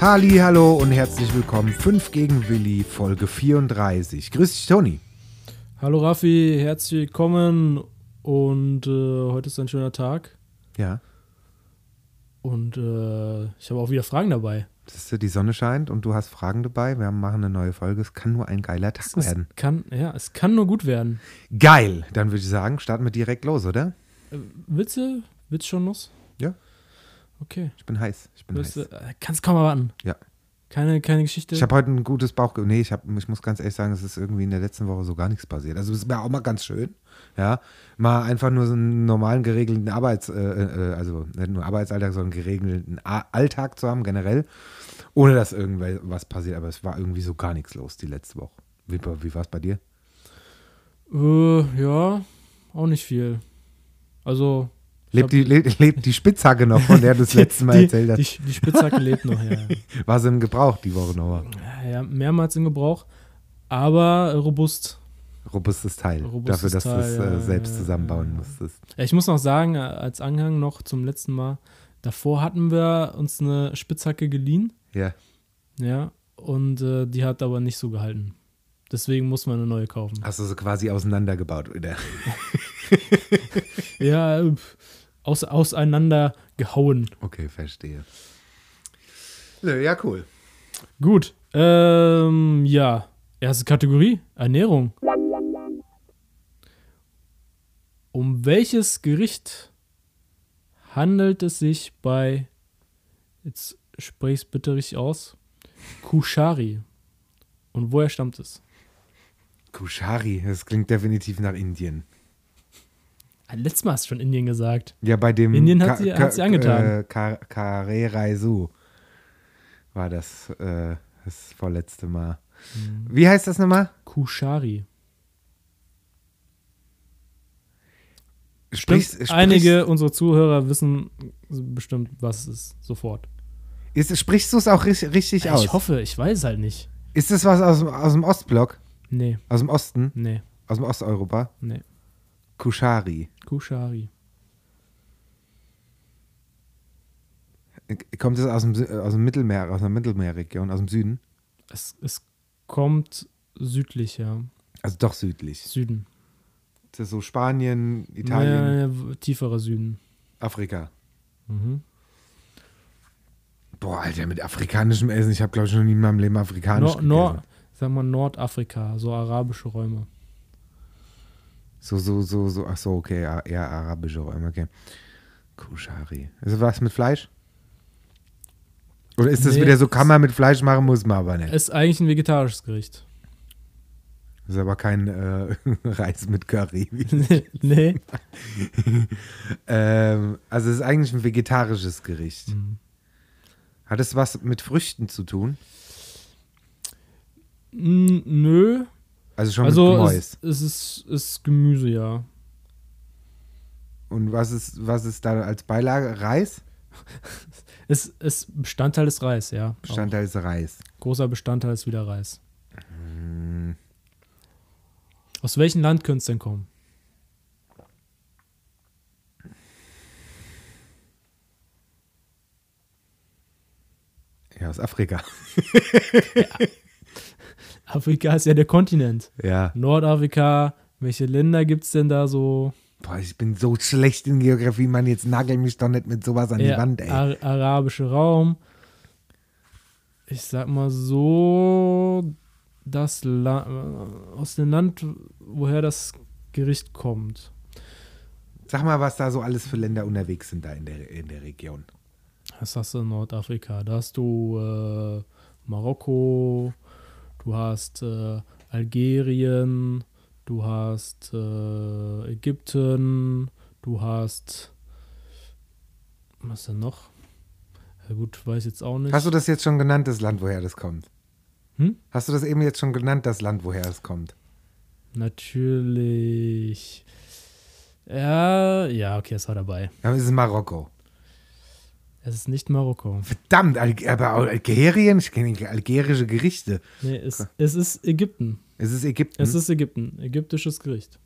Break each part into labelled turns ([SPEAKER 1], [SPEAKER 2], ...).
[SPEAKER 1] Halli, hallo und herzlich willkommen. 5 gegen Willi, Folge 34. Grüß dich, Toni.
[SPEAKER 2] Hallo Raffi, herzlich willkommen und äh, heute ist ein schöner Tag
[SPEAKER 1] Ja,
[SPEAKER 2] und äh, ich habe auch wieder Fragen dabei.
[SPEAKER 1] siehst du, die Sonne scheint und du hast Fragen dabei. Wir machen eine neue Folge. Es kann nur ein geiler Tag werden.
[SPEAKER 2] Es kann, ja, es kann nur gut werden.
[SPEAKER 1] Geil. Dann würde ich sagen, starten wir direkt los, oder?
[SPEAKER 2] Witze? Witz schon los?
[SPEAKER 1] Ja.
[SPEAKER 2] Okay.
[SPEAKER 1] Ich bin heiß. Ich bin
[SPEAKER 2] Weißt du,
[SPEAKER 1] heiß.
[SPEAKER 2] äh, kannst kaum erwarten.
[SPEAKER 1] Ja.
[SPEAKER 2] Keine, keine Geschichte.
[SPEAKER 1] Ich habe heute ein gutes Bauch. Nee, ich, hab, ich muss ganz ehrlich sagen, es ist irgendwie in der letzten Woche so gar nichts passiert. Also es wäre auch mal ganz schön. Ja, mal einfach nur so einen normalen geregelten Arbeits, äh, äh, also nicht nur Arbeitsalltag, sondern geregelten A Alltag zu haben generell, ohne dass irgendwas passiert. Aber es war irgendwie so gar nichts los die letzte Woche. Wie, wie war es bei dir?
[SPEAKER 2] äh, ja, auch nicht viel. Also. ich hab-
[SPEAKER 1] Lebt die, le lebt die Spitzhacke noch, von der du das letzte Mal
[SPEAKER 2] die,
[SPEAKER 1] erzählt hast?
[SPEAKER 2] Die, die Spitzhacke lebt noch, ja.
[SPEAKER 1] War sie im Gebrauch die Woche nochmal?
[SPEAKER 2] ja. ja. Mehrmals im Gebrauch, aber äh, robust.
[SPEAKER 1] Robustes Teil. dafür,
[SPEAKER 2] Robustes
[SPEAKER 1] dass du es
[SPEAKER 2] Teil,
[SPEAKER 1] äh,
[SPEAKER 2] ja,
[SPEAKER 1] selbst
[SPEAKER 2] ja,
[SPEAKER 1] zusammenbauen
[SPEAKER 2] ja.
[SPEAKER 1] musstest.
[SPEAKER 2] Ja, Ich muss noch sagen, äh, als Anhang noch zum letzten Mal, davor hatten wir uns eine Spitzhacke geliehen,
[SPEAKER 1] Ja.
[SPEAKER 2] ja, und äh, die hat aber nicht so gehalten. Deswegen muss man eine neue kaufen.
[SPEAKER 1] Hast du sie quasi auseinandergebaut wieder?
[SPEAKER 2] Ja, äh, aus, auseinander gehauen.
[SPEAKER 1] Okay, verstehe. Nö, ja, cool.
[SPEAKER 2] Gut, ähm, ja. Erste Kategorie, Ernährung. Um welches Gericht handelt es sich bei, jetzt sprich's bitte richtig aus, Kushari? Und woher stammt es?
[SPEAKER 1] Kushari, das klingt definitiv nach Indien.
[SPEAKER 2] Ah, Letztes Mal hast du schon Indien gesagt.
[SPEAKER 1] Ja, bei dem.
[SPEAKER 2] Indien hat sie- hat sie angetan.
[SPEAKER 1] Äh, Ka Kare Raisu war das, äh, das vorletzte Mal.
[SPEAKER 2] Mhm.
[SPEAKER 1] Wie heißt das nochmal?
[SPEAKER 2] Kushari.
[SPEAKER 1] Sprichst-
[SPEAKER 2] Bestimmt
[SPEAKER 1] sprichst-
[SPEAKER 2] Einige unserer Zuhörer wissen bestimmt, was es ist, sofort.
[SPEAKER 1] Ist, sprichst du es auch richtig, richtig
[SPEAKER 2] Ich,
[SPEAKER 1] aus?
[SPEAKER 2] hoffe, ich weiß halt nicht.
[SPEAKER 1] Ist das was aus, dem- aus dem Ostblock?
[SPEAKER 2] Nee,
[SPEAKER 1] Aus dem Osten?
[SPEAKER 2] nee,
[SPEAKER 1] Aus dem Osteuropa?
[SPEAKER 2] nee.
[SPEAKER 1] Kushari.
[SPEAKER 2] Kushari.
[SPEAKER 1] Kommt das aus dem, Sü- aus dem Mittelmeer, aus der Mittelmeerregion, aus dem Süden?
[SPEAKER 2] Es, es kommt südlich, ja.
[SPEAKER 1] Also doch südlich.
[SPEAKER 2] Süden.
[SPEAKER 1] Das ist so Spanien, Italien,
[SPEAKER 2] Äh, tieferer Süden.
[SPEAKER 1] Afrika. Mhm. Boah, Alter, mit afrikanischem Essen. Ich habe, glaube ich, noch nie in meinem Leben afrikanisch
[SPEAKER 2] Nor
[SPEAKER 1] gegessen.
[SPEAKER 2] Nor sag mal Nordafrika, so arabische Räume.
[SPEAKER 1] So, so, so, so. Ach so, okay, ja, eher arabische Räume, okay. Kushari. Ist das was mit Fleisch? Oder ist das
[SPEAKER 2] Nee,
[SPEAKER 1] wieder so, kann
[SPEAKER 2] es-
[SPEAKER 1] man mit Fleisch machen, muss man aber nicht.
[SPEAKER 2] Ist eigentlich ein vegetarisches Gericht.
[SPEAKER 1] Das ist aber kein äh, Reis mit Curry.
[SPEAKER 2] nee.
[SPEAKER 1] ähm, also es ist eigentlich ein vegetarisches Gericht.
[SPEAKER 2] Mhm.
[SPEAKER 1] Hat es was mit Früchten zu tun?
[SPEAKER 2] N nö.
[SPEAKER 1] Also schon mit
[SPEAKER 2] also
[SPEAKER 1] Gemäus.
[SPEAKER 2] es, es ist, ist Gemüse, ja.
[SPEAKER 1] Und was ist, was ist da als Beilage? Reis?
[SPEAKER 2] Es ist Bestandteil des Reis, ja.
[SPEAKER 1] Bestandteil ist Reis.
[SPEAKER 2] Auch. Großer Bestandteil ist wieder Reis.
[SPEAKER 1] Mhm.
[SPEAKER 2] Aus welchem Land könnte es denn kommen?
[SPEAKER 1] Ja, aus Afrika.
[SPEAKER 2] Afrika ist ja der Kontinent.
[SPEAKER 1] Ja.
[SPEAKER 2] Nordafrika, welche Länder gibt es denn da so?
[SPEAKER 1] Boah, ich bin so schlecht in Geografie, Mann. Jetzt nagel mich doch nicht mit sowas an
[SPEAKER 2] Der
[SPEAKER 1] die Wand, ey.
[SPEAKER 2] Ar arabische Raum. Ich sag mal so, das La äh, aus dem Land, woher das Gericht kommt.
[SPEAKER 1] Sag mal, was da so alles für Länder unterwegs sind da in der, in der Region.
[SPEAKER 2] Was hast du in Nordafrika? Da hast du äh, Marokko, du hast äh, Algerien, du hast äh, Ägypten, du hast. Was denn noch? Ja, gut, weiß jetzt auch nicht.
[SPEAKER 1] Hast du das jetzt schon genannt, das Land, woher das kommt?
[SPEAKER 2] Hm?
[SPEAKER 1] Hast du das eben jetzt schon genannt, das Land, woher es kommt?
[SPEAKER 2] Natürlich. Ja, ja, okay, es war dabei.
[SPEAKER 1] Ja, es ist Marokko.
[SPEAKER 2] Es ist nicht Marokko.
[SPEAKER 1] Verdammt, Al aber Algerien? Ich kenne algerische Gerichte.
[SPEAKER 2] Nee, es, es ist Ägypten.
[SPEAKER 1] Es ist Ägypten.
[SPEAKER 2] Es ist Ägypten. Ägyptisches Gericht.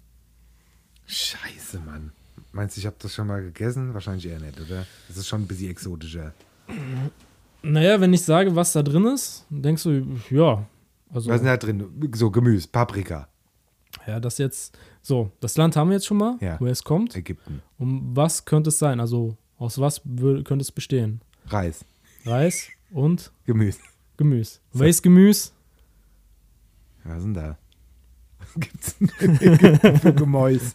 [SPEAKER 1] Scheiße, Mann. Meinst du, ich habe das schon mal gegessen? Wahrscheinlich eher nicht, oder? Das ist schon ein bisschen exotischer.
[SPEAKER 2] Naja, wenn ich sage, was da drin ist, denkst du, ja. Also,
[SPEAKER 1] Was ist denn da drin? So, Gemüse, Paprika,
[SPEAKER 2] ja, das jetzt. So, das Land haben wir jetzt schon mal,
[SPEAKER 1] Ja.
[SPEAKER 2] woher es kommt.
[SPEAKER 1] Ägypten,
[SPEAKER 2] Um was könnte es sein? Also, aus was wür- könnte es bestehen?
[SPEAKER 1] Reis,
[SPEAKER 2] Reis und
[SPEAKER 1] Gemüse.
[SPEAKER 2] Gemüse. Welches Gemüse?
[SPEAKER 1] Was ist denn da? Gibt's in Ägypten für Gemäus?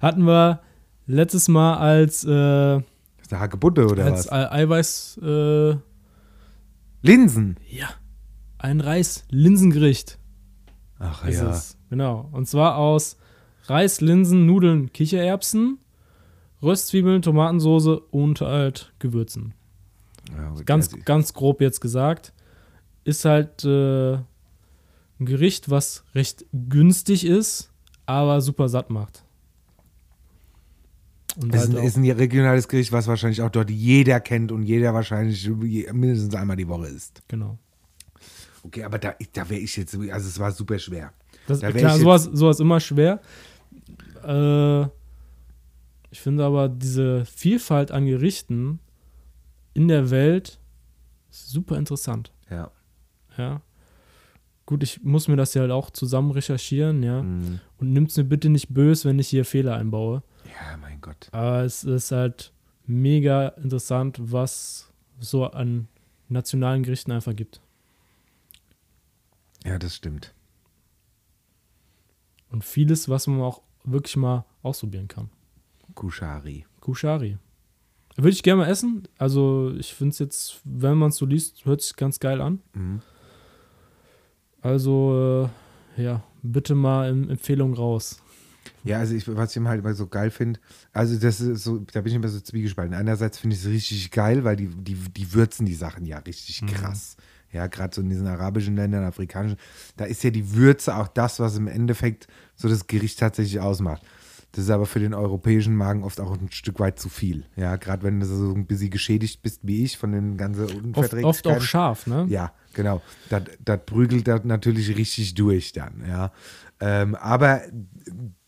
[SPEAKER 2] Hatten wir letztes Mal als, äh,
[SPEAKER 1] Ist da Hagebutte oder
[SPEAKER 2] als
[SPEAKER 1] was?
[SPEAKER 2] Ei- Eiweiß. Äh,
[SPEAKER 1] Linsen.
[SPEAKER 2] Ja. Ein Reis-Linsengericht
[SPEAKER 1] Ach
[SPEAKER 2] ist
[SPEAKER 1] Ah ja.
[SPEAKER 2] es. Genau. Und zwar aus Reis, Linsen, Nudeln, Kichererbsen, Röstzwiebeln, Tomatensoße und halt Gewürzen.
[SPEAKER 1] ja okay.
[SPEAKER 2] Ganz,
[SPEAKER 1] Also,
[SPEAKER 2] ganz grob jetzt gesagt. Ist halt äh, ein Gericht, was recht günstig ist, aber super satt macht. Und
[SPEAKER 1] Es ist,
[SPEAKER 2] halt
[SPEAKER 1] ein,
[SPEAKER 2] auch-
[SPEAKER 1] ist ein regionales Gericht, was wahrscheinlich auch dort jeder kennt und jeder wahrscheinlich je- mindestens einmal die Woche isst.
[SPEAKER 2] genau.
[SPEAKER 1] Okay, aber da, da wäre ich jetzt, also es war super schwer.
[SPEAKER 2] Das,
[SPEAKER 1] Da wär
[SPEAKER 2] klar,
[SPEAKER 1] ich
[SPEAKER 2] sowas, sowas immer schwer. Äh, ich finde aber diese Vielfalt an Gerichten in der Welt super interessant.
[SPEAKER 1] Ja.
[SPEAKER 2] Ja. Gut, ich muss mir das ja halt auch zusammen recherchieren, ja.
[SPEAKER 1] Mhm.
[SPEAKER 2] Und nimm's mir bitte nicht böse, wenn ich hier Fehler einbaue.
[SPEAKER 1] Ja, mein Gott.
[SPEAKER 2] Aber es ist halt mega interessant, was so an nationalen Gerichten einfach gibt.
[SPEAKER 1] Ja, das stimmt.
[SPEAKER 2] Und vieles, was man auch wirklich mal ausprobieren kann.
[SPEAKER 1] Kushari.
[SPEAKER 2] Kushari. Würde ich gerne mal essen. Also, ich finde es jetzt, wenn man es so liest, hört sich ganz geil an.
[SPEAKER 1] Mhm.
[SPEAKER 2] Also, äh, ja, bitte mal in Empfehlung raus.
[SPEAKER 1] Ja, also ich, was ich immer halt immer so geil finde, also das ist so, da bin ich immer so zwiegespalten. Einerseits finde ich es richtig geil, weil die, die, die würzen die Sachen ja richtig krass. Ja, gerade so in diesen arabischen Ländern, afrikanischen, da ist ja die Würze auch das, was im Endeffekt so das Gericht tatsächlich ausmacht. Das ist aber für den europäischen Magen oft auch ein Stück weit zu viel. Ja, gerade wenn du so ein bisschen geschädigt bist wie ich von den ganzen
[SPEAKER 2] Oft,
[SPEAKER 1] Unverträglichkeiten.
[SPEAKER 2] oft auch scharf, ne?
[SPEAKER 1] Ja, genau. Das, das prügelt das natürlich richtig durch dann, ja. Ähm, aber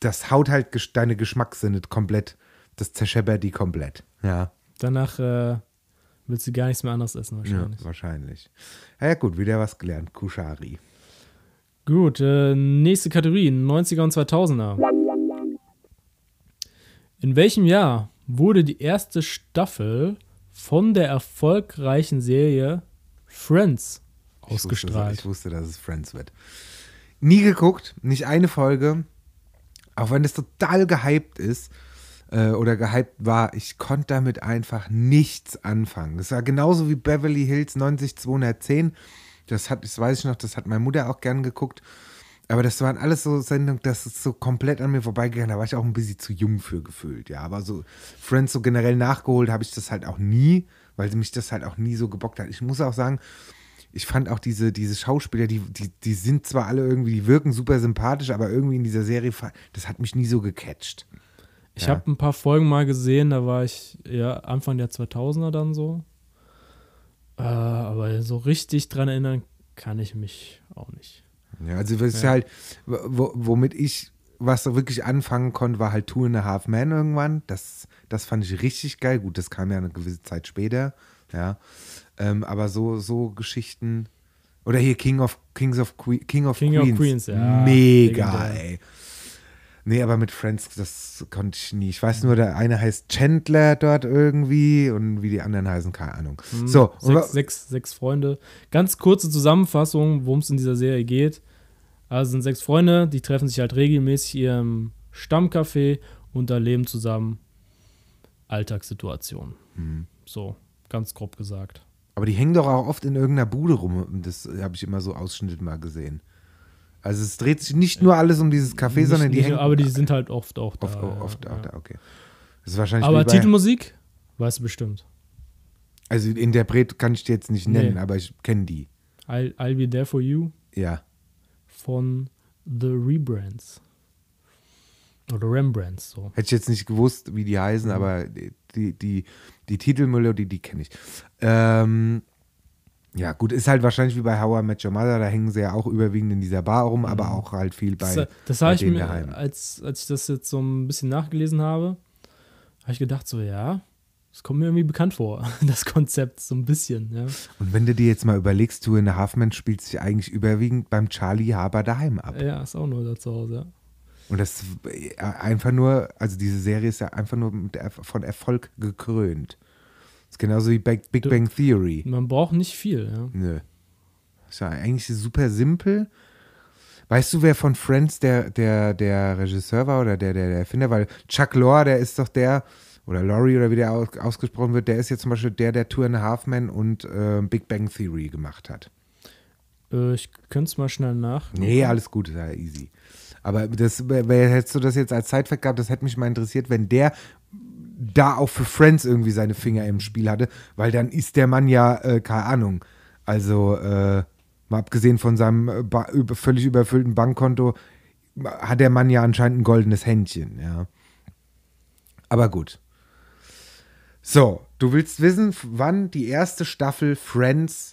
[SPEAKER 1] das haut halt gesch- deine Geschmackssinne komplett, das zerscheppert die komplett, ja.
[SPEAKER 2] Danach äh, willst du gar nichts mehr anderes essen, wahrscheinlich.
[SPEAKER 1] Wahrscheinlich. Ja, wahrscheinlich. Ja, gut, wieder was gelernt. Kushari.
[SPEAKER 2] Gut, äh, nächste Kategorie, 90er und 2000er. In welchem Jahr wurde die erste Staffel von der erfolgreichen Serie Friends
[SPEAKER 1] Ich wusste,
[SPEAKER 2] ausgestrahlt?
[SPEAKER 1] Ich wusste, dass es Friends wird. Nie geguckt, nicht eine Folge. Auch wenn es total gehypt ist äh, oder gehypt war, ich konnte damit einfach nichts anfangen. Das war genauso wie Beverly Hills 90210. Das hat, das weiß ich noch, das hat meine Mutter auch gern geguckt. Aber das waren alles so Sendungen, das ist so komplett an mir vorbeigegangen. Da war ich auch ein bisschen zu jung für gefühlt, ja. Aber so Friends so generell nachgeholt habe ich das halt auch nie, weil mich das halt auch nie so gebockt hat. Ich muss auch sagen, ich fand auch diese, diese Schauspieler, die, die, die sind zwar alle irgendwie, die wirken super sympathisch, aber irgendwie in dieser Serie, fa- das hat mich nie so gecatcht.
[SPEAKER 2] Ich
[SPEAKER 1] Ja.
[SPEAKER 2] habe ein paar Folgen mal gesehen, da war ich ja Anfang der 2000er dann so. Äh, aber so richtig dran erinnern kann ich mich auch nicht.
[SPEAKER 1] Ja, also das ist
[SPEAKER 2] Ja.
[SPEAKER 1] halt, wo, womit ich was so wirklich anfangen konnte, war halt Two and a Half Men irgendwann. Das, das fand ich richtig geil. Gut, das kam ja eine gewisse Zeit später. Ja, ähm, aber so, so Geschichten oder hier King of Kings of Que King of
[SPEAKER 2] King of
[SPEAKER 1] Queens.
[SPEAKER 2] Queens, ja.
[SPEAKER 1] Mega,
[SPEAKER 2] Legendär.
[SPEAKER 1] ey. Nee, aber mit Friends, das konnte ich nie. Ich weiß nur, der eine heißt Chandler dort irgendwie und wie die anderen heißen, keine Ahnung. So, und wa-
[SPEAKER 2] Hm, sechs, sechs, sechs Freunde. Ganz kurze Zusammenfassung, worum es in dieser Serie geht. Also sind sechs Freunde, die treffen sich halt regelmäßig hier im Stammcafé und da leben zusammen Alltagssituationen.
[SPEAKER 1] Mhm.
[SPEAKER 2] So, ganz grob gesagt.
[SPEAKER 1] Aber die hängen doch auch oft in irgendeiner Bude rum. Das habe ich immer so Ausschnitte mal gesehen. Also es dreht sich nicht nur alles um dieses Café,
[SPEAKER 2] Nicht-
[SPEAKER 1] sondern die
[SPEAKER 2] nicht,
[SPEAKER 1] hängen äh,
[SPEAKER 2] aber die sind halt oft auch da.
[SPEAKER 1] oft,
[SPEAKER 2] ja,
[SPEAKER 1] oft
[SPEAKER 2] ja.
[SPEAKER 1] auch da. Okay. Das ist wahrscheinlich wie
[SPEAKER 2] Aber
[SPEAKER 1] bei-
[SPEAKER 2] Titelmusik? Weißt du bestimmt.
[SPEAKER 1] also Interpret kann ich dir jetzt nicht nennen,
[SPEAKER 2] Nee.
[SPEAKER 1] aber ich kenne die.
[SPEAKER 2] I'll, I'll Be There For You
[SPEAKER 1] Ja.
[SPEAKER 2] von The Rebrands. Oder Rembrandts, so.
[SPEAKER 1] Hätte ich jetzt nicht gewusst, wie die
[SPEAKER 2] Mhm.
[SPEAKER 1] heißen, aber die, die, die Titelmelodie, die kenne ich. Ähm, ja, gut, ist halt wahrscheinlich wie bei How I Met Your Mother, da hängen sie ja auch überwiegend in dieser Bar rum, aber auch halt viel bei,
[SPEAKER 2] Mhm. das das
[SPEAKER 1] bei
[SPEAKER 2] habe ich
[SPEAKER 1] denen
[SPEAKER 2] mir,
[SPEAKER 1] daheim.
[SPEAKER 2] als, als ich das jetzt so ein bisschen nachgelesen habe, habe ich gedacht, so, ja, das kommt mir irgendwie bekannt vor, das Konzept, so ein bisschen, ja.
[SPEAKER 1] Und wenn du dir jetzt mal überlegst, Two and a Half Men spielt sich eigentlich überwiegend beim Charlie Haber daheim ab.
[SPEAKER 2] Ja, ist auch nur da zu Hause, ja.
[SPEAKER 1] Und das äh, einfach nur, also diese Serie ist ja einfach nur mit, Erf- von Erfolg gekrönt. Ist genauso wie Big, Big
[SPEAKER 2] Du-
[SPEAKER 1] Bang Theory.
[SPEAKER 2] Man braucht nicht viel, ja.
[SPEAKER 1] Nö. Ist ja eigentlich super simpel. Weißt du, wer von Friends der, der, der Regisseur war oder der, der, der Erfinder? Weil Chuck Lorre, der ist doch der, oder Laurie oder wie der aus, ausgesprochen wird, der ist jetzt zum Beispiel der, der Two and a Half Men und äh, Big Bang Theory gemacht hat.
[SPEAKER 2] Äh, ich könnte es mal schnell nach.
[SPEAKER 1] Nee, alles gut, ist ja easy. Aber das, wär, wär- hättest du das jetzt als Zeitfakt gehabt, das hätte mich mal interessiert, wenn der da auch für Friends irgendwie seine Finger im Spiel hatte, weil dann ist der Mann ja, äh, keine Ahnung, also äh, mal abgesehen von seinem äh, ba über, völlig überfüllten Bankkonto, hat der Mann ja anscheinend ein goldenes Händchen, ja. Aber gut. So, du willst wissen, f- wann die erste Staffel Friends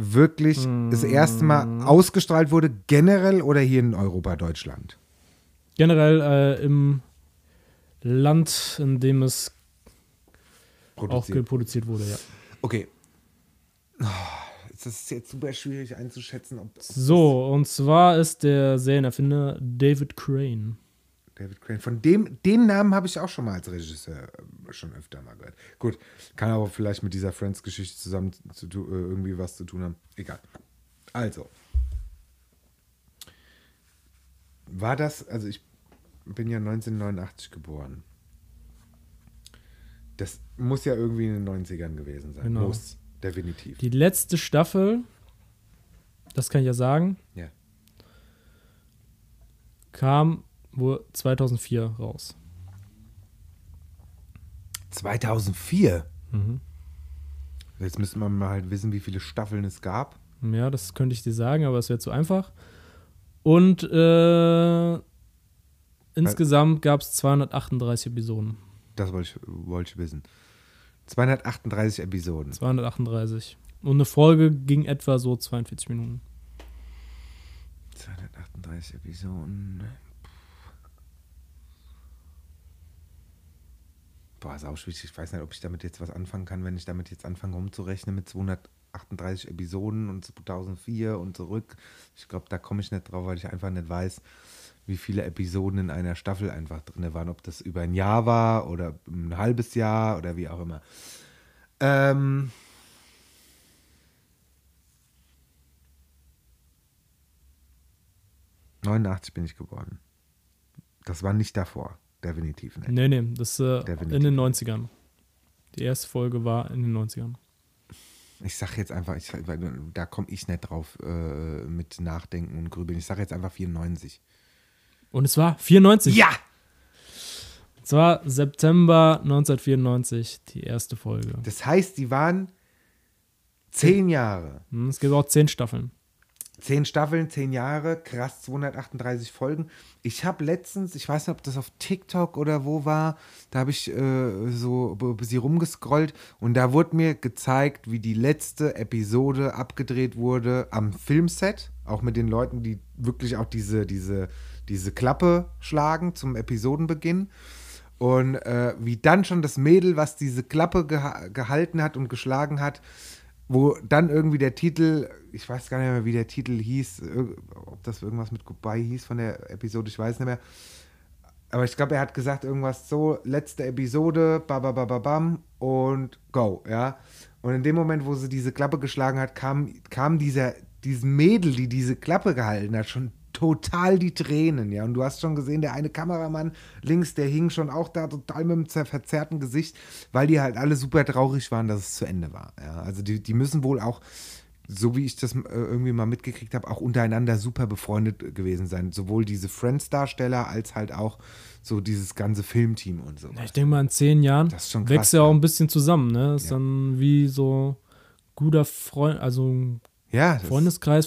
[SPEAKER 1] wirklich das erste Mal ausgestrahlt wurde, generell oder hier in Europa, Deutschland?
[SPEAKER 2] Generell äh, im Land, in dem es auch
[SPEAKER 1] Produziert.
[SPEAKER 2] produziert wurde, ja.
[SPEAKER 1] Okay. Es ist jetzt super schwierig einzuschätzen, ob
[SPEAKER 2] So, und zwar ist der Serienerfinder David Crane.
[SPEAKER 1] David Crane. Von dem, den Namen habe ich auch schon mal als Regisseur äh, schon öfter mal gehört. Gut, kann aber vielleicht mit dieser Friends-Geschichte zusammen zu, tu- äh, irgendwie was zu tun haben. Egal. Also. War das, also ich bin ja 1989 geboren. Das muss ja irgendwie in den 90ern gewesen sein.
[SPEAKER 2] Genau.
[SPEAKER 1] Muss, definitiv.
[SPEAKER 2] Die letzte Staffel, das kann ich ja sagen,
[SPEAKER 1] ja.
[SPEAKER 2] kam wohl 2004 raus.
[SPEAKER 1] 2004? Mhm. Jetzt müssen wir mal halt wissen, wie viele Staffeln es gab.
[SPEAKER 2] Ja, das könnte ich dir sagen, aber es wäre zu einfach. Und äh, insgesamt gab es 238 Episoden.
[SPEAKER 1] Das wollte ich, wollte ich wissen. 238 Episoden.
[SPEAKER 2] 238. Und eine Folge ging etwa so 42 Minuten.
[SPEAKER 1] 238 Episoden. Boah, ist auch schwierig. Ich weiß nicht, ob ich damit jetzt was anfangen kann, wenn ich damit jetzt anfange rumzurechnen mit 238 Episoden und 2004 und zurück. Ich glaube, da komme ich nicht drauf, weil ich einfach nicht weiß, wie viele Episoden in einer Staffel einfach drin waren. Ob das über ein Jahr war oder ein halbes Jahr oder wie auch immer. Ähm. '89 bin ich geboren. Das war nicht davor, definitiv nicht.
[SPEAKER 2] Nee, nee, das äh,
[SPEAKER 1] Definitiv.
[SPEAKER 2] in den 90ern. Die erste Folge war in den 90ern.
[SPEAKER 1] Ich sag jetzt einfach, ich, weil da komme ich nicht drauf äh, mit Nachdenken und Grübeln. Ich sag jetzt einfach 94.
[SPEAKER 2] Und es war 94.
[SPEAKER 1] Ja!
[SPEAKER 2] Es war September 1994, die erste Folge.
[SPEAKER 1] Das heißt, die waren zehn Jahre.
[SPEAKER 2] Hm, Es gibt auch 10 Staffeln.
[SPEAKER 1] Zehn Staffeln, zehn Jahre, krass, 238 Folgen. Ich habe letztens, ich weiß nicht, ob das auf TikTok oder wo war, da habe ich äh, so b- b- sie rumgescrollt und da wurde mir gezeigt, wie die letzte Episode abgedreht wurde am Filmset, auch mit den Leuten, die wirklich auch diese, diese, diese Klappe schlagen zum Episodenbeginn. Und äh, wie dann schon das Mädel, was diese Klappe geha gehalten hat und geschlagen hat, wo dann irgendwie der Titel, ich weiß gar nicht mehr, wie der Titel hieß, irg- ob das irgendwas mit Goodbye hieß von der Episode, ich weiß nicht mehr. Aber ich glaube, er hat gesagt irgendwas so, letzte Episode, bababababam und go, ja. Und in dem Moment, wo sie diese Klappe geschlagen hat, kam, kam dieser, diesem Mädel, die diese Klappe gehalten hat, schon total die Tränen, ja. Und du hast schon gesehen, der eine Kameramann links, der hing schon auch da total mit einem zer- verzerrten Gesicht, weil die halt alle super traurig waren, dass es zu Ende war, ja. Also die, die müssen wohl auch so wie ich das äh, irgendwie mal mitgekriegt habe, auch untereinander super befreundet äh, gewesen sein. Sowohl diese Friends-Darsteller als halt auch so dieses ganze Filmteam und so.
[SPEAKER 2] Ja, Ich denke mal, in zehn Jahren
[SPEAKER 1] Das ist schon krass,
[SPEAKER 2] wächst ja auch
[SPEAKER 1] ja.
[SPEAKER 2] ein bisschen zusammen. Ne? Ist
[SPEAKER 1] Ja.
[SPEAKER 2] dann wie so guter Freund, also ein
[SPEAKER 1] Ja, das-
[SPEAKER 2] Freundeskreis,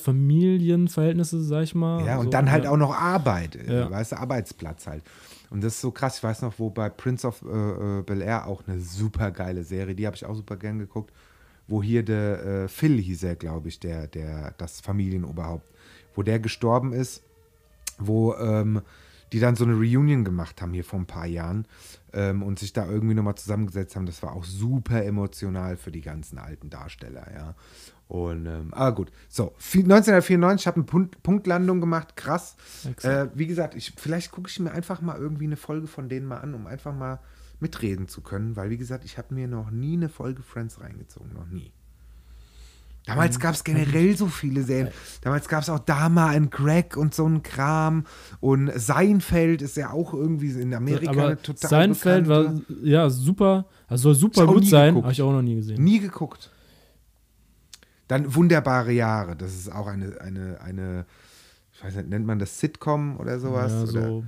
[SPEAKER 2] Familienverhältnisse, sag ich mal.
[SPEAKER 1] Ja, und
[SPEAKER 2] so,
[SPEAKER 1] dann halt
[SPEAKER 2] ja.
[SPEAKER 1] auch noch Arbeit, äh,
[SPEAKER 2] Ja.
[SPEAKER 1] weißt du, Arbeitsplatz halt. Und das ist so krass. Ich weiß noch, wo bei Prince of äh, äh, Bel Air auch eine super geile Serie, die habe ich auch super gern geguckt, wo hier der äh, Phil hieß er, glaube ich, der, der, das Familienoberhaupt, wo der gestorben ist, wo ähm, die dann so eine Reunion gemacht haben hier vor ein paar Jahren ähm, und sich da irgendwie nochmal zusammengesetzt haben. Das war auch super emotional für die ganzen alten Darsteller, ja. Und, ähm, ah gut, so, viel- 1994, ich habe eine Punkt Punktlandung gemacht, krass. Äh,
[SPEAKER 2] Exakt.
[SPEAKER 1] wie gesagt, ich, vielleicht gucke ich mir einfach mal irgendwie eine Folge von denen mal an, um einfach mal mitreden zu können, weil wie gesagt, ich habe mir noch nie eine Folge Friends reingezogen, noch nie. Damals
[SPEAKER 2] Ähm,
[SPEAKER 1] gab
[SPEAKER 2] halt
[SPEAKER 1] es generell so viele Serien. Damals gab es auch Dama und Greg und so ein Kram. Und Seinfeld ist ja auch irgendwie in Amerika ne?
[SPEAKER 2] aber
[SPEAKER 1] total
[SPEAKER 2] Seinfeld
[SPEAKER 1] bekannt.
[SPEAKER 2] war, ja, super. Also soll
[SPEAKER 1] Ich
[SPEAKER 2] super
[SPEAKER 1] hab auch
[SPEAKER 2] gut
[SPEAKER 1] nie
[SPEAKER 2] sein,
[SPEAKER 1] geguckt. Hm,
[SPEAKER 2] habe ich auch noch nie gesehen.
[SPEAKER 1] Nie geguckt. Dann Wunderbare Jahre. Das ist auch eine, eine, eine ich weiß nicht, nennt man das Sitcom oder sowas?
[SPEAKER 2] ja,
[SPEAKER 1] oder?
[SPEAKER 2] so.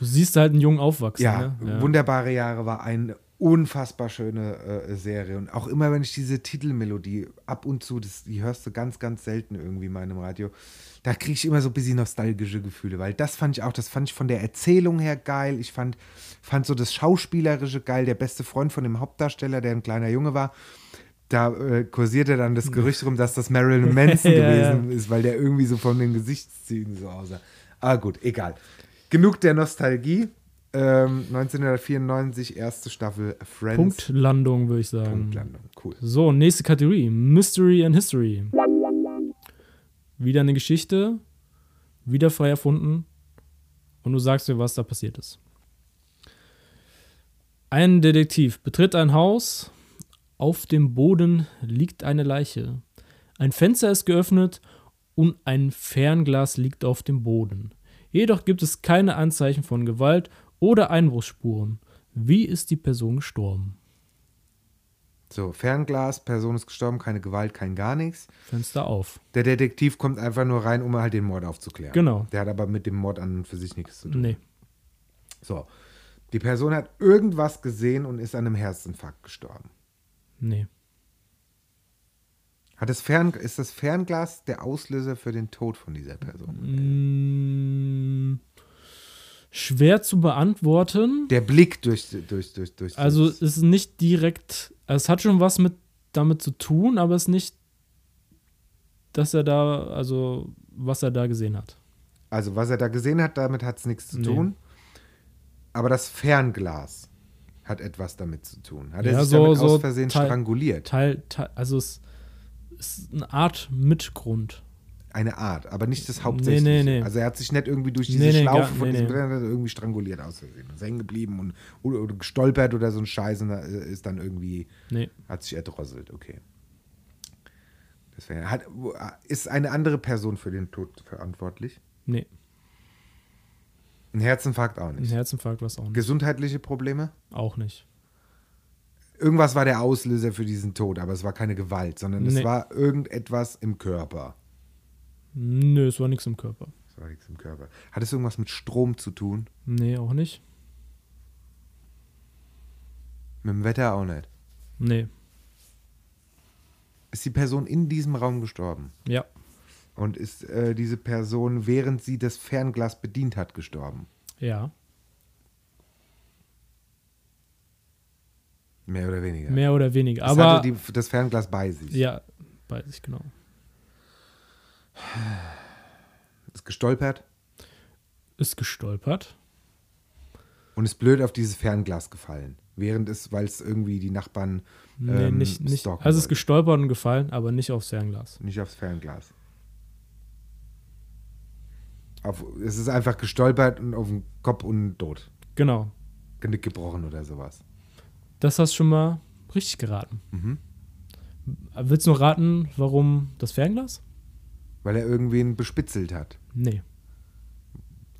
[SPEAKER 2] Du siehst halt einen Jungen aufwachsen.
[SPEAKER 1] Ja,
[SPEAKER 2] ne? ja.
[SPEAKER 1] Wunderbare Jahre war eine unfassbar schöne äh, Serie. Und auch immer, wenn ich diese Titelmelodie ab und zu, das, die hörst du ganz, ganz selten irgendwie mal im Radio, da kriege ich immer so ein bisschen nostalgische Gefühle, weil das fand ich auch, das fand ich von der Erzählung her geil. Ich fand, fand so das Schauspielerische geil. Der beste Freund von dem Hauptdarsteller, der ein kleiner Junge war, da äh, kursierte dann das Gerücht rum, dass das Marilyn Manson
[SPEAKER 2] Ja, ja.
[SPEAKER 1] gewesen ist, weil der irgendwie so von den Gesichtszügen so aussah. Ah gut, egal. Genug der Nostalgie. Ähm, 1994, erste Staffel Friends.
[SPEAKER 2] Punktlandung, würde ich sagen.
[SPEAKER 1] Punktlandung. Cool.
[SPEAKER 2] So, nächste Kategorie: Mystery and History. Wieder eine Geschichte, wieder frei erfunden und du sagst mir, was da passiert ist. Ein Detektiv betritt ein Haus. Auf dem Boden liegt eine Leiche. Ein Fenster ist geöffnet und ein Fernglas liegt auf dem Boden. Jedoch gibt es keine Anzeichen von Gewalt oder Einbruchsspuren. Wie ist die Person gestorben?
[SPEAKER 1] So, Fernglas, Person ist gestorben, keine Gewalt, kein gar nichts.
[SPEAKER 2] Fenster auf.
[SPEAKER 1] Der Detektiv kommt einfach nur rein, um halt den Mord aufzuklären.
[SPEAKER 2] Genau.
[SPEAKER 1] Der hat aber mit dem Mord an und für sich nichts zu tun.
[SPEAKER 2] Nee.
[SPEAKER 1] So. Die Person hat irgendwas gesehen und ist an einem Herzinfarkt gestorben.
[SPEAKER 2] Nee.
[SPEAKER 1] Hat das Fern, ist das Fernglas der Auslöser für den Tod von dieser Person?
[SPEAKER 2] Mm, schwer zu beantworten.
[SPEAKER 1] Der Blick durch, durch, durch, durch.
[SPEAKER 2] Also es
[SPEAKER 1] durch,
[SPEAKER 2] ist nicht direkt. also Es hat schon was mit damit zu tun, aber es ist nicht, dass er da, also was er da gesehen hat.
[SPEAKER 1] also was er da gesehen hat, damit hat es nichts zu
[SPEAKER 2] Nee.
[SPEAKER 1] tun. Aber das Fernglas hat etwas damit zu tun. Hat er
[SPEAKER 2] Ja,
[SPEAKER 1] sich
[SPEAKER 2] so-
[SPEAKER 1] damit
[SPEAKER 2] so
[SPEAKER 1] aus Versehen
[SPEAKER 2] Teil-
[SPEAKER 1] stranguliert?
[SPEAKER 2] Teil, Teil also es ist eine Art Mitgrund.
[SPEAKER 1] Eine Art, aber nicht das Hauptsächliche.
[SPEAKER 2] Nee, nee, nee.
[SPEAKER 1] Also er hat sich nicht irgendwie durch diese
[SPEAKER 2] Nee, nee,
[SPEAKER 1] Schlaufe
[SPEAKER 2] gar-
[SPEAKER 1] von
[SPEAKER 2] nee,
[SPEAKER 1] diesem
[SPEAKER 2] nee.
[SPEAKER 1] Brenner irgendwie stranguliert aus Versehen. Ist hängen geblieben und oder, oder gestolpert oder so ein Scheiß und da äh, ist dann irgendwie
[SPEAKER 2] Nee.
[SPEAKER 1] Hat sich erdrosselt, okay. Das wär, hat, äh, ist eine andere Person für den Tod verantwortlich?
[SPEAKER 2] Nee.
[SPEAKER 1] Ein Herzinfarkt auch
[SPEAKER 2] Ein
[SPEAKER 1] nicht.
[SPEAKER 2] Herzinfarkt war es auch nicht.
[SPEAKER 1] Gesundheitliche Probleme?
[SPEAKER 2] Auch nicht.
[SPEAKER 1] Irgendwas war der Auslöser für diesen Tod, aber es war keine Gewalt, sondern es
[SPEAKER 2] Nee.
[SPEAKER 1] war irgendetwas im Körper.
[SPEAKER 2] Nö, es war nichts im Körper.
[SPEAKER 1] Es war nichts im Körper. Hat es irgendwas mit Strom zu tun?
[SPEAKER 2] Nee, auch nicht.
[SPEAKER 1] Mit dem Wetter auch nicht.
[SPEAKER 2] Nee.
[SPEAKER 1] Ist die Person in diesem Raum gestorben?
[SPEAKER 2] Ja.
[SPEAKER 1] Und ist äh, diese Person, während sie das Fernglas bedient hat, gestorben?
[SPEAKER 2] Ja.
[SPEAKER 1] Mehr oder weniger.
[SPEAKER 2] Mehr oder weniger.
[SPEAKER 1] es
[SPEAKER 2] aber
[SPEAKER 1] hatte die, das Fernglas bei sich.
[SPEAKER 2] Ja, weiß ich genau.
[SPEAKER 1] Ist gestolpert.
[SPEAKER 2] Ist gestolpert.
[SPEAKER 1] und ist blöd auf dieses Fernglas gefallen. Während es, weil es irgendwie die Nachbarn
[SPEAKER 2] Nee,
[SPEAKER 1] ähm,
[SPEAKER 2] nicht, nicht.
[SPEAKER 1] stalken
[SPEAKER 2] Also ist
[SPEAKER 1] wollten.
[SPEAKER 2] gestolpert und gefallen, aber nicht aufs Fernglas.
[SPEAKER 1] nicht aufs Fernglas. Auf, es ist einfach gestolpert und auf den Kopf und tot.
[SPEAKER 2] Genau.
[SPEAKER 1] Genick gebrochen oder sowas.
[SPEAKER 2] Das hast du schon mal richtig geraten.
[SPEAKER 1] Mhm.
[SPEAKER 2] Willst du noch raten, warum das Fernglas?
[SPEAKER 1] Weil er irgendwen bespitzelt hat.
[SPEAKER 2] Nee.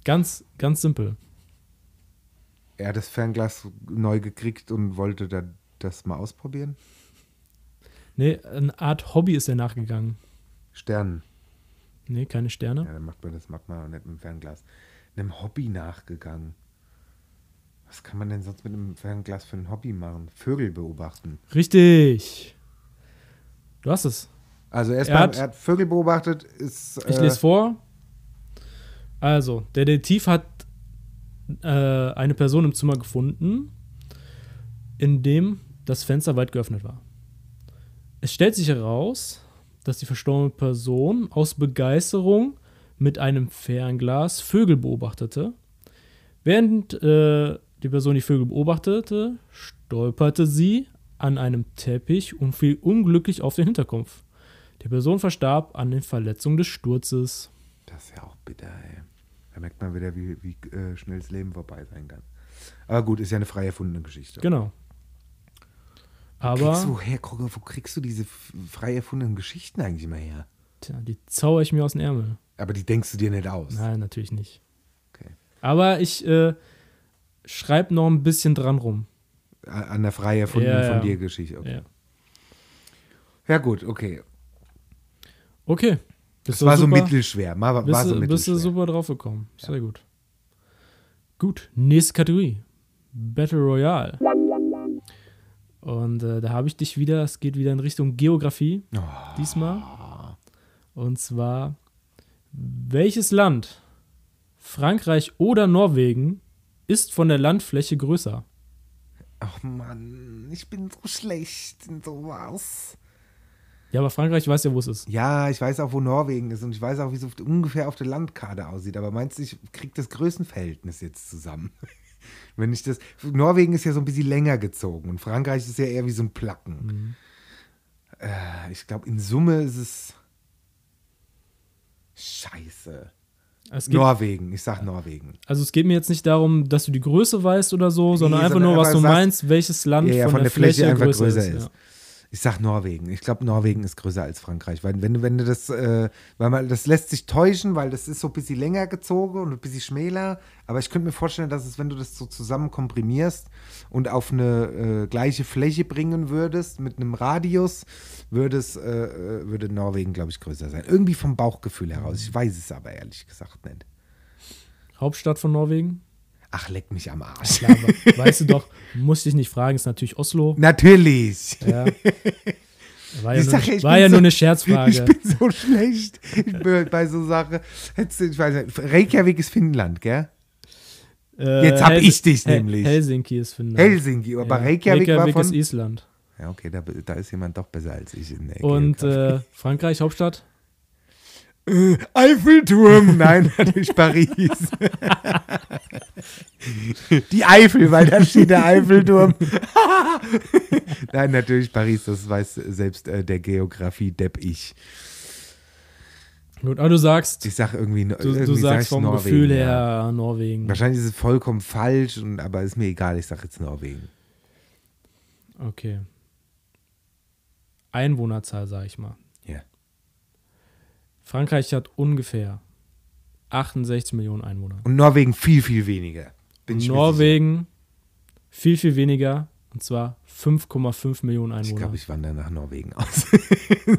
[SPEAKER 2] Ganz, ganz simpel.
[SPEAKER 1] Er hat das Fernglas neu gekriegt und wollte da das mal ausprobieren.
[SPEAKER 2] Nee, eine Art Hobby ist er nachgegangen.
[SPEAKER 1] Sternen.
[SPEAKER 2] Nee, keine Sterne.
[SPEAKER 1] Ja, dann macht man das Magma und nicht mit dem Fernglas. Einem Hobby nachgegangen. Was kann man denn sonst mit einem Fernglas für ein Hobby machen? Vögel beobachten.
[SPEAKER 2] Richtig. Du hast es.
[SPEAKER 1] Also erst
[SPEAKER 2] Er
[SPEAKER 1] mal,
[SPEAKER 2] hat-
[SPEAKER 1] er hat Vögel beobachtet, ist. äh,
[SPEAKER 2] Ich lese vor. Also, der Detektiv hat äh, eine Person im Zimmer gefunden, in dem das Fenster weit geöffnet war. Es stellt sich heraus, dass die verstorbene Person aus Begeisterung mit einem Fernglas Vögel beobachtete. Während äh, die Person die Vögel beobachtete, stolperte sie an einem Teppich und fiel unglücklich auf den Hinterkopf. Die Person verstarb an den Verletzungen des Sturzes.
[SPEAKER 1] Das ist ja auch bitter, ey. Da merkt man wieder, wie, wie äh, schnell das Leben vorbei sein kann. Aber gut, ist ja eine frei erfundene Geschichte.
[SPEAKER 2] Genau.
[SPEAKER 1] Kriegst
[SPEAKER 2] Aber
[SPEAKER 1] du, her, Krogger, wo kriegst du diese f- frei erfundenen Geschichten eigentlich immer her?
[SPEAKER 2] tja, die zauber ich mir aus dem Ärmel.
[SPEAKER 1] Aber die denkst du dir nicht aus.
[SPEAKER 2] Nein, natürlich nicht.
[SPEAKER 1] Okay.
[SPEAKER 2] Aber ich äh, schreibe noch ein bisschen dran rum.
[SPEAKER 1] A- An der frei erfundenen
[SPEAKER 2] Ja, ja.
[SPEAKER 1] von dir Geschichte. Okay.
[SPEAKER 2] Ja.
[SPEAKER 1] Ja, gut, okay.
[SPEAKER 2] Okay.
[SPEAKER 1] Das war so mittelschwer. Mal, war so
[SPEAKER 2] bist, du- bist du
[SPEAKER 1] mittelschwer.
[SPEAKER 2] super drauf gekommen. Sehr gut. Gut, nächste Kategorie. Battle Royale. Und äh, da habe ich dich wieder, es geht wieder in Richtung Geografie.
[SPEAKER 1] Oh,
[SPEAKER 2] diesmal. Und zwar, welches Land, Frankreich oder Norwegen, ist von der Landfläche größer?
[SPEAKER 1] ach Mann, ich bin so schlecht in sowas.
[SPEAKER 2] Ja, aber Frankreich weiß ja, wo es ist.
[SPEAKER 1] Ja, ich weiß auch, wo Norwegen ist und ich weiß auch, wie es auf, ungefähr auf der Landkarte aussieht. Aber meinst du, ich krieg das Größenverhältnis jetzt zusammen? Wenn ich das. Norwegen ist ja so ein bisschen länger gezogen und Frankreich ist ja eher wie so ein Placken. Äh, ich glaube, in Summe ist es. Scheiße.
[SPEAKER 2] Es geht,
[SPEAKER 1] Norwegen, ich sag Norwegen.
[SPEAKER 2] also es geht mir jetzt nicht darum, dass du die Größe weißt oder so, sondern einfach
[SPEAKER 1] sondern
[SPEAKER 2] nur, was
[SPEAKER 1] einfach
[SPEAKER 2] du
[SPEAKER 1] sagst-
[SPEAKER 2] meinst, welches Land
[SPEAKER 1] Ja, ja,
[SPEAKER 2] von, der, Fläche,
[SPEAKER 1] einfach
[SPEAKER 2] größer,
[SPEAKER 1] größer
[SPEAKER 2] ist.
[SPEAKER 1] ist.
[SPEAKER 2] Ja.
[SPEAKER 1] Ich sag Norwegen. Ich glaube, Norwegen ist größer als Frankreich. Weil wenn du, wenn du das, äh, weil man, das lässt sich täuschen, weil das ist so ein bisschen länger gezogen und ein bisschen schmäler. Aber ich könnte mir vorstellen, dass es, wenn du das so zusammen komprimierst und auf eine äh, gleiche Fläche bringen würdest, mit einem Radius, würde es, äh, äh, würde Norwegen, glaube ich, größer sein. Irgendwie vom Bauchgefühl heraus. Ich weiß es aber ehrlich gesagt nicht.
[SPEAKER 2] Hauptstadt von Norwegen?
[SPEAKER 1] Ach, leck mich am Arsch.
[SPEAKER 2] Ja, aber weißt du doch, muss dich nicht fragen, ist natürlich Oslo.
[SPEAKER 1] Natürlich.
[SPEAKER 2] Ja. War ja,
[SPEAKER 1] Ich
[SPEAKER 2] nur,
[SPEAKER 1] sag ja, ich
[SPEAKER 2] war
[SPEAKER 1] bin
[SPEAKER 2] ja
[SPEAKER 1] so-
[SPEAKER 2] nur eine Scherzfrage.
[SPEAKER 1] Ich bin so schlecht Ich bin halt bei so Sachen. Hättest du- Ich weiß nicht, Reykjavik ist Finnland, gell?
[SPEAKER 2] Äh,
[SPEAKER 1] Jetzt hab
[SPEAKER 2] Hels-
[SPEAKER 1] ich dich
[SPEAKER 2] Hel-
[SPEAKER 1] nämlich.
[SPEAKER 2] Helsinki ist Finnland.
[SPEAKER 1] Helsinki, aber
[SPEAKER 2] Ja,
[SPEAKER 1] Reykjavik, war
[SPEAKER 2] ist
[SPEAKER 1] von.
[SPEAKER 2] Island.
[SPEAKER 1] Ja, okay, da, da ist jemand doch besser als ich in der Ecke.
[SPEAKER 2] Und äh, Frankreich, Hauptstadt?
[SPEAKER 1] Eiffelturm! Nein, natürlich Paris. Die Eifel, weil da steht der Eiffelturm. Nein, natürlich Paris, das weiß selbst äh, der Geografie-Depp ich.
[SPEAKER 2] Gut, aber du sagst,
[SPEAKER 1] Ich sag irgendwie.
[SPEAKER 2] du,
[SPEAKER 1] irgendwie sag
[SPEAKER 2] du
[SPEAKER 1] ich
[SPEAKER 2] sagst vom
[SPEAKER 1] Norwegen,
[SPEAKER 2] Gefühl her
[SPEAKER 1] ja.
[SPEAKER 2] Norwegen.
[SPEAKER 1] Wahrscheinlich ist es vollkommen falsch, und, aber ist mir egal, ich sag jetzt Norwegen.
[SPEAKER 2] Okay. Einwohnerzahl, sag ich mal.
[SPEAKER 1] Ja.
[SPEAKER 2] Frankreich hat ungefähr 68 Millionen Einwohner.
[SPEAKER 1] Und Norwegen viel, viel weniger. Bin ich mir
[SPEAKER 2] Norwegen viel, viel weniger. Und zwar 5,5 Millionen
[SPEAKER 1] sicher. Ich
[SPEAKER 2] Einwohner.
[SPEAKER 1] glaube, ich wandere nach Norwegen aus.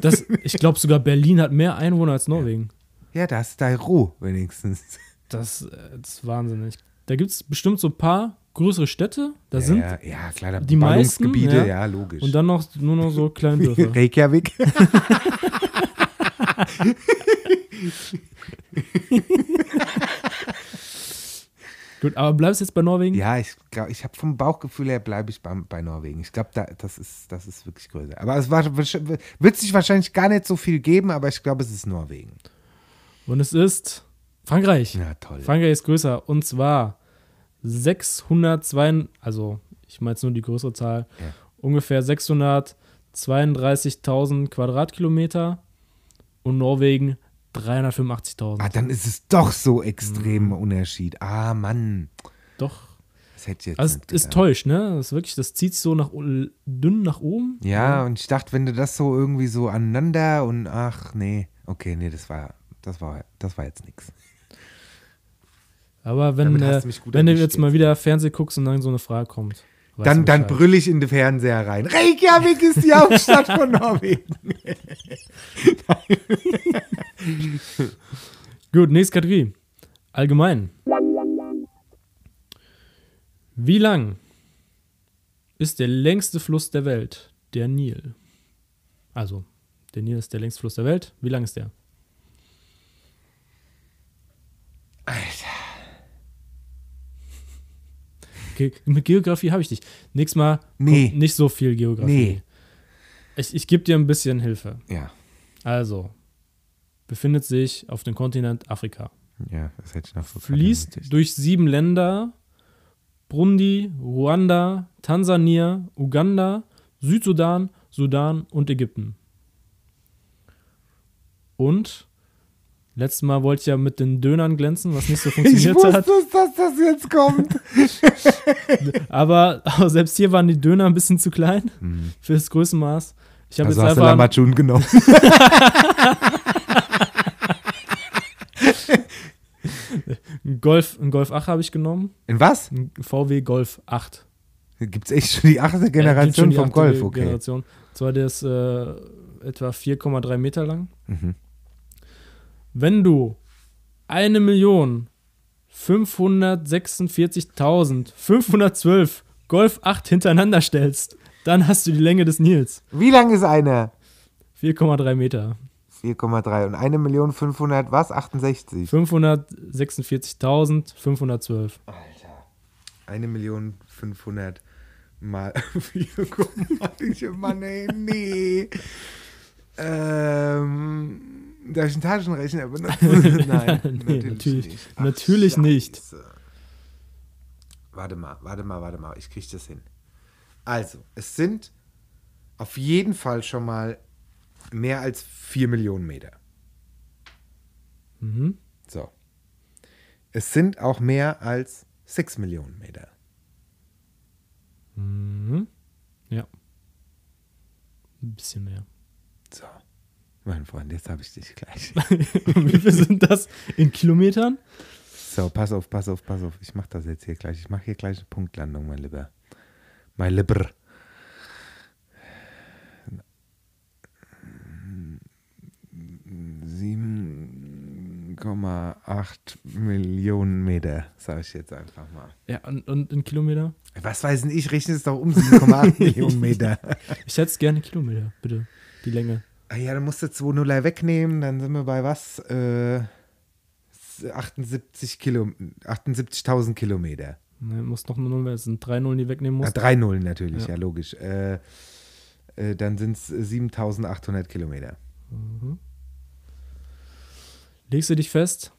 [SPEAKER 2] Das- ich glaube sogar Berlin hat mehr Einwohner als Norwegen.
[SPEAKER 1] ja, da hast du deine Ruhe wenigstens.
[SPEAKER 2] Das, äh, das ist wahnsinnig. Da gibt es bestimmt so ein paar größere Städte. Da
[SPEAKER 1] ja,
[SPEAKER 2] sind
[SPEAKER 1] ja, ja, klar, da
[SPEAKER 2] die meisten,
[SPEAKER 1] Ballungsgebiete,
[SPEAKER 2] ja.
[SPEAKER 1] ja. logisch.
[SPEAKER 2] Und dann noch nur noch so kleine Dörfer.
[SPEAKER 1] Reykjavik.
[SPEAKER 2] Gut, aber bleibst jetzt bei Norwegen?
[SPEAKER 1] ja, ich glaube, ich habe vom Bauchgefühl her bleibe ich beim, bei Norwegen. Ich glaube, da, das, ist, das ist wirklich größer. Aber es war, wird sich wahrscheinlich gar nicht so viel geben, aber ich glaube, es ist Norwegen.
[SPEAKER 2] Und es ist Frankreich.
[SPEAKER 1] Ja, toll.
[SPEAKER 2] Frankreich ist größer. Und zwar 602, also ich meine jetzt nur die größere Zahl,
[SPEAKER 1] Ja.
[SPEAKER 2] ungefähr 632.000 Quadratkilometer und Norwegen
[SPEAKER 1] ah,
[SPEAKER 2] 385.000.
[SPEAKER 1] dann ist es doch so extrem
[SPEAKER 2] Mhm.
[SPEAKER 1] Unterschied. Ah, Mann.
[SPEAKER 2] Doch.
[SPEAKER 1] Das hätte ich jetzt
[SPEAKER 2] Also
[SPEAKER 1] nicht
[SPEAKER 2] es, es
[SPEAKER 1] gedacht.
[SPEAKER 2] täuscht, ne? Das, ist wirklich, das zieht sich so nach, o- dünn nach oben.
[SPEAKER 1] Ja, und ich dachte, wenn du das so irgendwie so aneinander und ach, nee, okay, nee, das war, das war, das war jetzt nix.
[SPEAKER 2] Aber wenn,
[SPEAKER 1] Damit hast
[SPEAKER 2] äh,
[SPEAKER 1] du mich gut
[SPEAKER 2] wenn du
[SPEAKER 1] erwischt
[SPEAKER 2] jetzt mal
[SPEAKER 1] jetzt.
[SPEAKER 2] wieder Fernsehen guckst und dann so eine Frage kommt. weißt du
[SPEAKER 1] Dann, dann
[SPEAKER 2] Bescheid.
[SPEAKER 1] brüll ich in den Fernseher rein. Reykjavik ist die Hauptstadt von Norwegen.
[SPEAKER 2] Gut, nächste Kategorie. Allgemein. Wie lang ist der längste Fluss der Welt? Der Nil. Also Der Nil ist der längste Fluss der Welt. Wie lang ist der?
[SPEAKER 1] Alter.
[SPEAKER 2] Ge mit Geografie habe ich dich. Nächstes Mal
[SPEAKER 1] Nee.
[SPEAKER 2] kommt nicht so viel Geografie.
[SPEAKER 1] Nee.
[SPEAKER 2] Ich, ich gebe dir ein bisschen Hilfe.
[SPEAKER 1] Ja,
[SPEAKER 2] Also, befindet sich auf dem Kontinent Afrika.
[SPEAKER 1] ja, das hätte ich noch so
[SPEAKER 2] Fließt durch sieben Länder: Burundi, Ruanda, Tansania, Uganda, Südsudan, Sudan und Ägypten. Und letztes Mal wollte ich ja mit den Dönern glänzen, was nicht so
[SPEAKER 1] Ich
[SPEAKER 2] funktioniert
[SPEAKER 1] wusste,
[SPEAKER 2] hat.
[SPEAKER 1] es, dass das jetzt kommt.
[SPEAKER 2] Aber, aber selbst hier waren die Döner ein bisschen zu klein für das Größenmaß. Ich habe
[SPEAKER 1] Also
[SPEAKER 2] jetzt
[SPEAKER 1] hast du
[SPEAKER 2] einfach einen,
[SPEAKER 1] Lambatschun genommen.
[SPEAKER 2] einen Golf, einen Golf 8 habe ich genommen,
[SPEAKER 1] In was?
[SPEAKER 2] einen VW Golf 8.
[SPEAKER 1] Gibt es echt schon die achte
[SPEAKER 2] Äh, gibt schon
[SPEAKER 1] Generation
[SPEAKER 2] die
[SPEAKER 1] vom
[SPEAKER 2] achte
[SPEAKER 1] Golf? Okay.
[SPEAKER 2] Generation. Zwar der ist äh, etwa 4,3 Meter lang.
[SPEAKER 1] Mhm.
[SPEAKER 2] Wenn du 1.546.512 Golf 8 hintereinander stellst, dann hast du die Länge des Nils.
[SPEAKER 1] Wie lang ist einer?
[SPEAKER 2] 4,3 Meter.
[SPEAKER 1] 4,3 und 1.500.000 was? 68.
[SPEAKER 2] 546.512.
[SPEAKER 1] 1.500.000 mal 4,3. Mann, ey, nee. Ähm, darf ich einen Taschenrechner benutzen? Nein,
[SPEAKER 2] Nee,
[SPEAKER 1] natürlich,
[SPEAKER 2] natürlich-
[SPEAKER 1] nicht.
[SPEAKER 2] natürlich nicht.
[SPEAKER 1] Scheiße. Warte mal, warte mal, warte mal. Ich kriege das hin. Also, es sind auf jeden Fall schon mal mehr als 4 Millionen Meter.
[SPEAKER 2] Mhm.
[SPEAKER 1] So. Es sind auch mehr als 6 Millionen Meter.
[SPEAKER 2] Mhm. Ja. Ein bisschen mehr.
[SPEAKER 1] So. Mein Freund, jetzt habe ich dich gleich.
[SPEAKER 2] Wie viel sind das in Kilometern?
[SPEAKER 1] So, pass auf, pass auf, pass auf. Ich mache das jetzt hier gleich. Ich mache hier gleich eine Punktlandung, mein Lieber. Mein Lieber. Sieben. 8 Millionen Meter, sage ich jetzt einfach mal.
[SPEAKER 2] Ja, und, und in Kilometer?
[SPEAKER 1] Was weiß denn ich, rechne es doch um 7,8 Millionen Meter.
[SPEAKER 2] Ich hätte es gerne Kilometer, bitte. Die Länge.
[SPEAKER 1] Ah Ja, dann musst du 2 Nuller wegnehmen, dann sind wir bei was? Äh, 78 Kilo, 78.000 Kilometer.
[SPEAKER 2] Ne, muss noch eine Null werden. Es sind drei Nullen, die wegnehmen
[SPEAKER 1] Ah,
[SPEAKER 2] musst.
[SPEAKER 1] drei Nullen natürlich, ja,
[SPEAKER 2] Ja.
[SPEAKER 1] logisch. Äh, äh, dann sind es 7.800 Kilometer.
[SPEAKER 2] Legst du dich fest?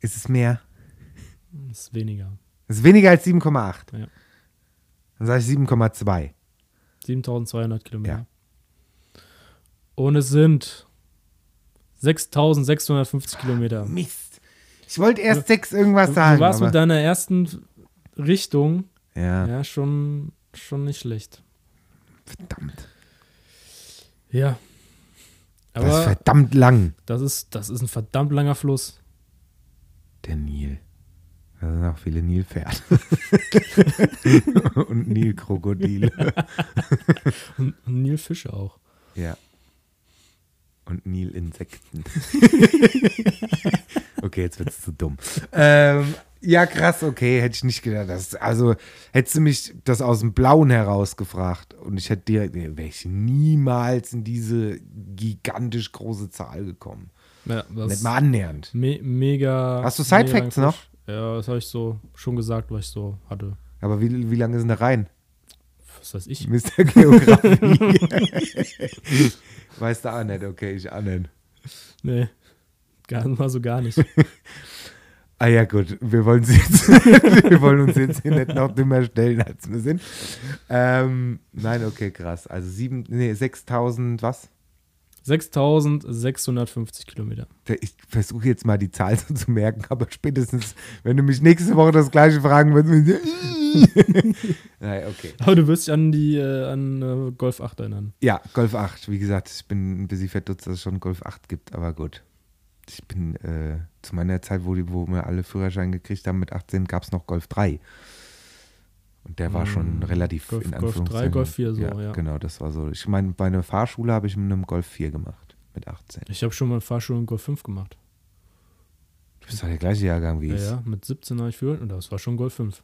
[SPEAKER 1] Ist es mehr?
[SPEAKER 2] Ist weniger.
[SPEAKER 1] Ist weniger als 7,8.
[SPEAKER 2] Ja.
[SPEAKER 1] Dann sage ich 7,2.
[SPEAKER 2] 7200
[SPEAKER 1] Ja.
[SPEAKER 2] Kilometer. Und es sind 6650 Kilometer.
[SPEAKER 1] Mist. Ich wollte erst 6 irgendwas
[SPEAKER 2] Du,
[SPEAKER 1] sagen.
[SPEAKER 2] du warst mit
[SPEAKER 1] aber,
[SPEAKER 2] deiner ersten Richtung
[SPEAKER 1] ja,
[SPEAKER 2] ja schon, schon nicht schlecht.
[SPEAKER 1] verdammt.
[SPEAKER 2] Ja.
[SPEAKER 1] Das ist
[SPEAKER 2] Aber
[SPEAKER 1] verdammt lang,
[SPEAKER 2] das ist, das ist ein verdammt langer Fluss.
[SPEAKER 1] der Nil. Da sind auch viele Nilpferde. Und Nilkrokodile.
[SPEAKER 2] Und und Nilfische auch.
[SPEAKER 1] Ja. Und Nilinsekten. okay, jetzt wird's zu dumm. Ähm, ja, krass, okay, hätte ich nicht gedacht. Dass, also, hättest du mich das aus dem Blauen heraus gefragt und ich hätte direkt, nee, wäre ich niemals in diese gigantisch große Zahl gekommen.
[SPEAKER 2] Ja,
[SPEAKER 1] Nicht
[SPEAKER 2] das
[SPEAKER 1] mal annähernd.
[SPEAKER 2] me mega.
[SPEAKER 1] Hast du Side
[SPEAKER 2] mega
[SPEAKER 1] Facts
[SPEAKER 2] lang
[SPEAKER 1] noch?
[SPEAKER 2] Fluss. Ja, das habe ich so schon gesagt, was ich so hatte.
[SPEAKER 1] Aber wie, wie lange sind da rein?
[SPEAKER 2] Was weiß ich?
[SPEAKER 1] Mr. Geografie. weißt du auch nicht, okay, ich auch nicht.
[SPEAKER 2] Nee. Gar, mal so gar nicht.
[SPEAKER 1] Ah ja, gut, wir wollen, sie jetzt, wir wollen uns jetzt hier nicht noch dümmer stellen, als wir sind. Ähm, nein, okay, krass. Also sieben, nee, 6000, was?
[SPEAKER 2] 6650 Kilometer.
[SPEAKER 1] Ich versuche jetzt mal die Zahl so zu merken, aber spätestens, wenn du mich nächste Woche das gleiche fragen würdest, nein, okay.
[SPEAKER 2] Aber du wirst dich an die äh, an äh, Golf 8 erinnern.
[SPEAKER 1] Ja, Golf 8. Wie gesagt, ich bin ein bisschen verdutzt, dass es schon Golf 8 gibt, aber gut. Ich bin äh, zu meiner Zeit, wo, die, wo wir alle Führerschein gekriegt haben, mit 18 gab es noch Golf 3. Und der war schon relativ
[SPEAKER 2] Hm, Golf-
[SPEAKER 1] in
[SPEAKER 2] Golf 3,
[SPEAKER 1] Anführungszeichen.
[SPEAKER 2] Golf 4 so, ja.
[SPEAKER 1] Genau, das war so. Ich meine, bei einer Fahrschule habe ich mit einem Golf 4 gemacht, mit 18.
[SPEAKER 2] Ich habe schon mal Fahrschule in Golf 5 gemacht.
[SPEAKER 1] Du bist doch der gleiche Jahrgang wie
[SPEAKER 2] Ja,
[SPEAKER 1] ich.
[SPEAKER 2] ja, mit 17 habe ich Führerschein und das war schon Golf 5.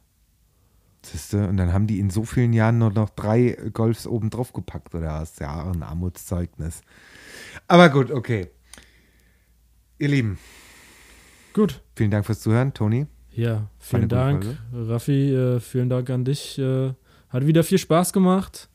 [SPEAKER 1] Siehste, und dann haben die in so vielen Jahren nur noch drei Golfs oben drauf gepackt oder was? Ja, ein Armutszeugnis. Aber gut, okay. Ihr Lieben,
[SPEAKER 2] Gut.
[SPEAKER 1] vielen Dank fürs Zuhören, Toni.
[SPEAKER 2] Ja,
[SPEAKER 1] Eine
[SPEAKER 2] vielen
[SPEAKER 1] gute
[SPEAKER 2] Dank,
[SPEAKER 1] Folge.
[SPEAKER 2] Raffi. Äh, vielen Dank an dich. Äh, hat wieder viel Spaß gemacht.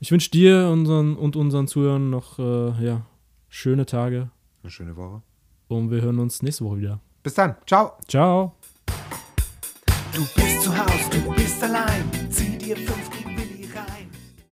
[SPEAKER 2] Ich wünsche dir unseren, und unseren Zuhörern noch äh, ja, schöne Tage
[SPEAKER 1] Eine schöne Woche.
[SPEAKER 2] und wir hören uns nächste Woche wieder.
[SPEAKER 1] Bis dann. Ciao.
[SPEAKER 2] Ciao.
[SPEAKER 3] Du bist zu Haus, du bist allein. Zieh dir fünf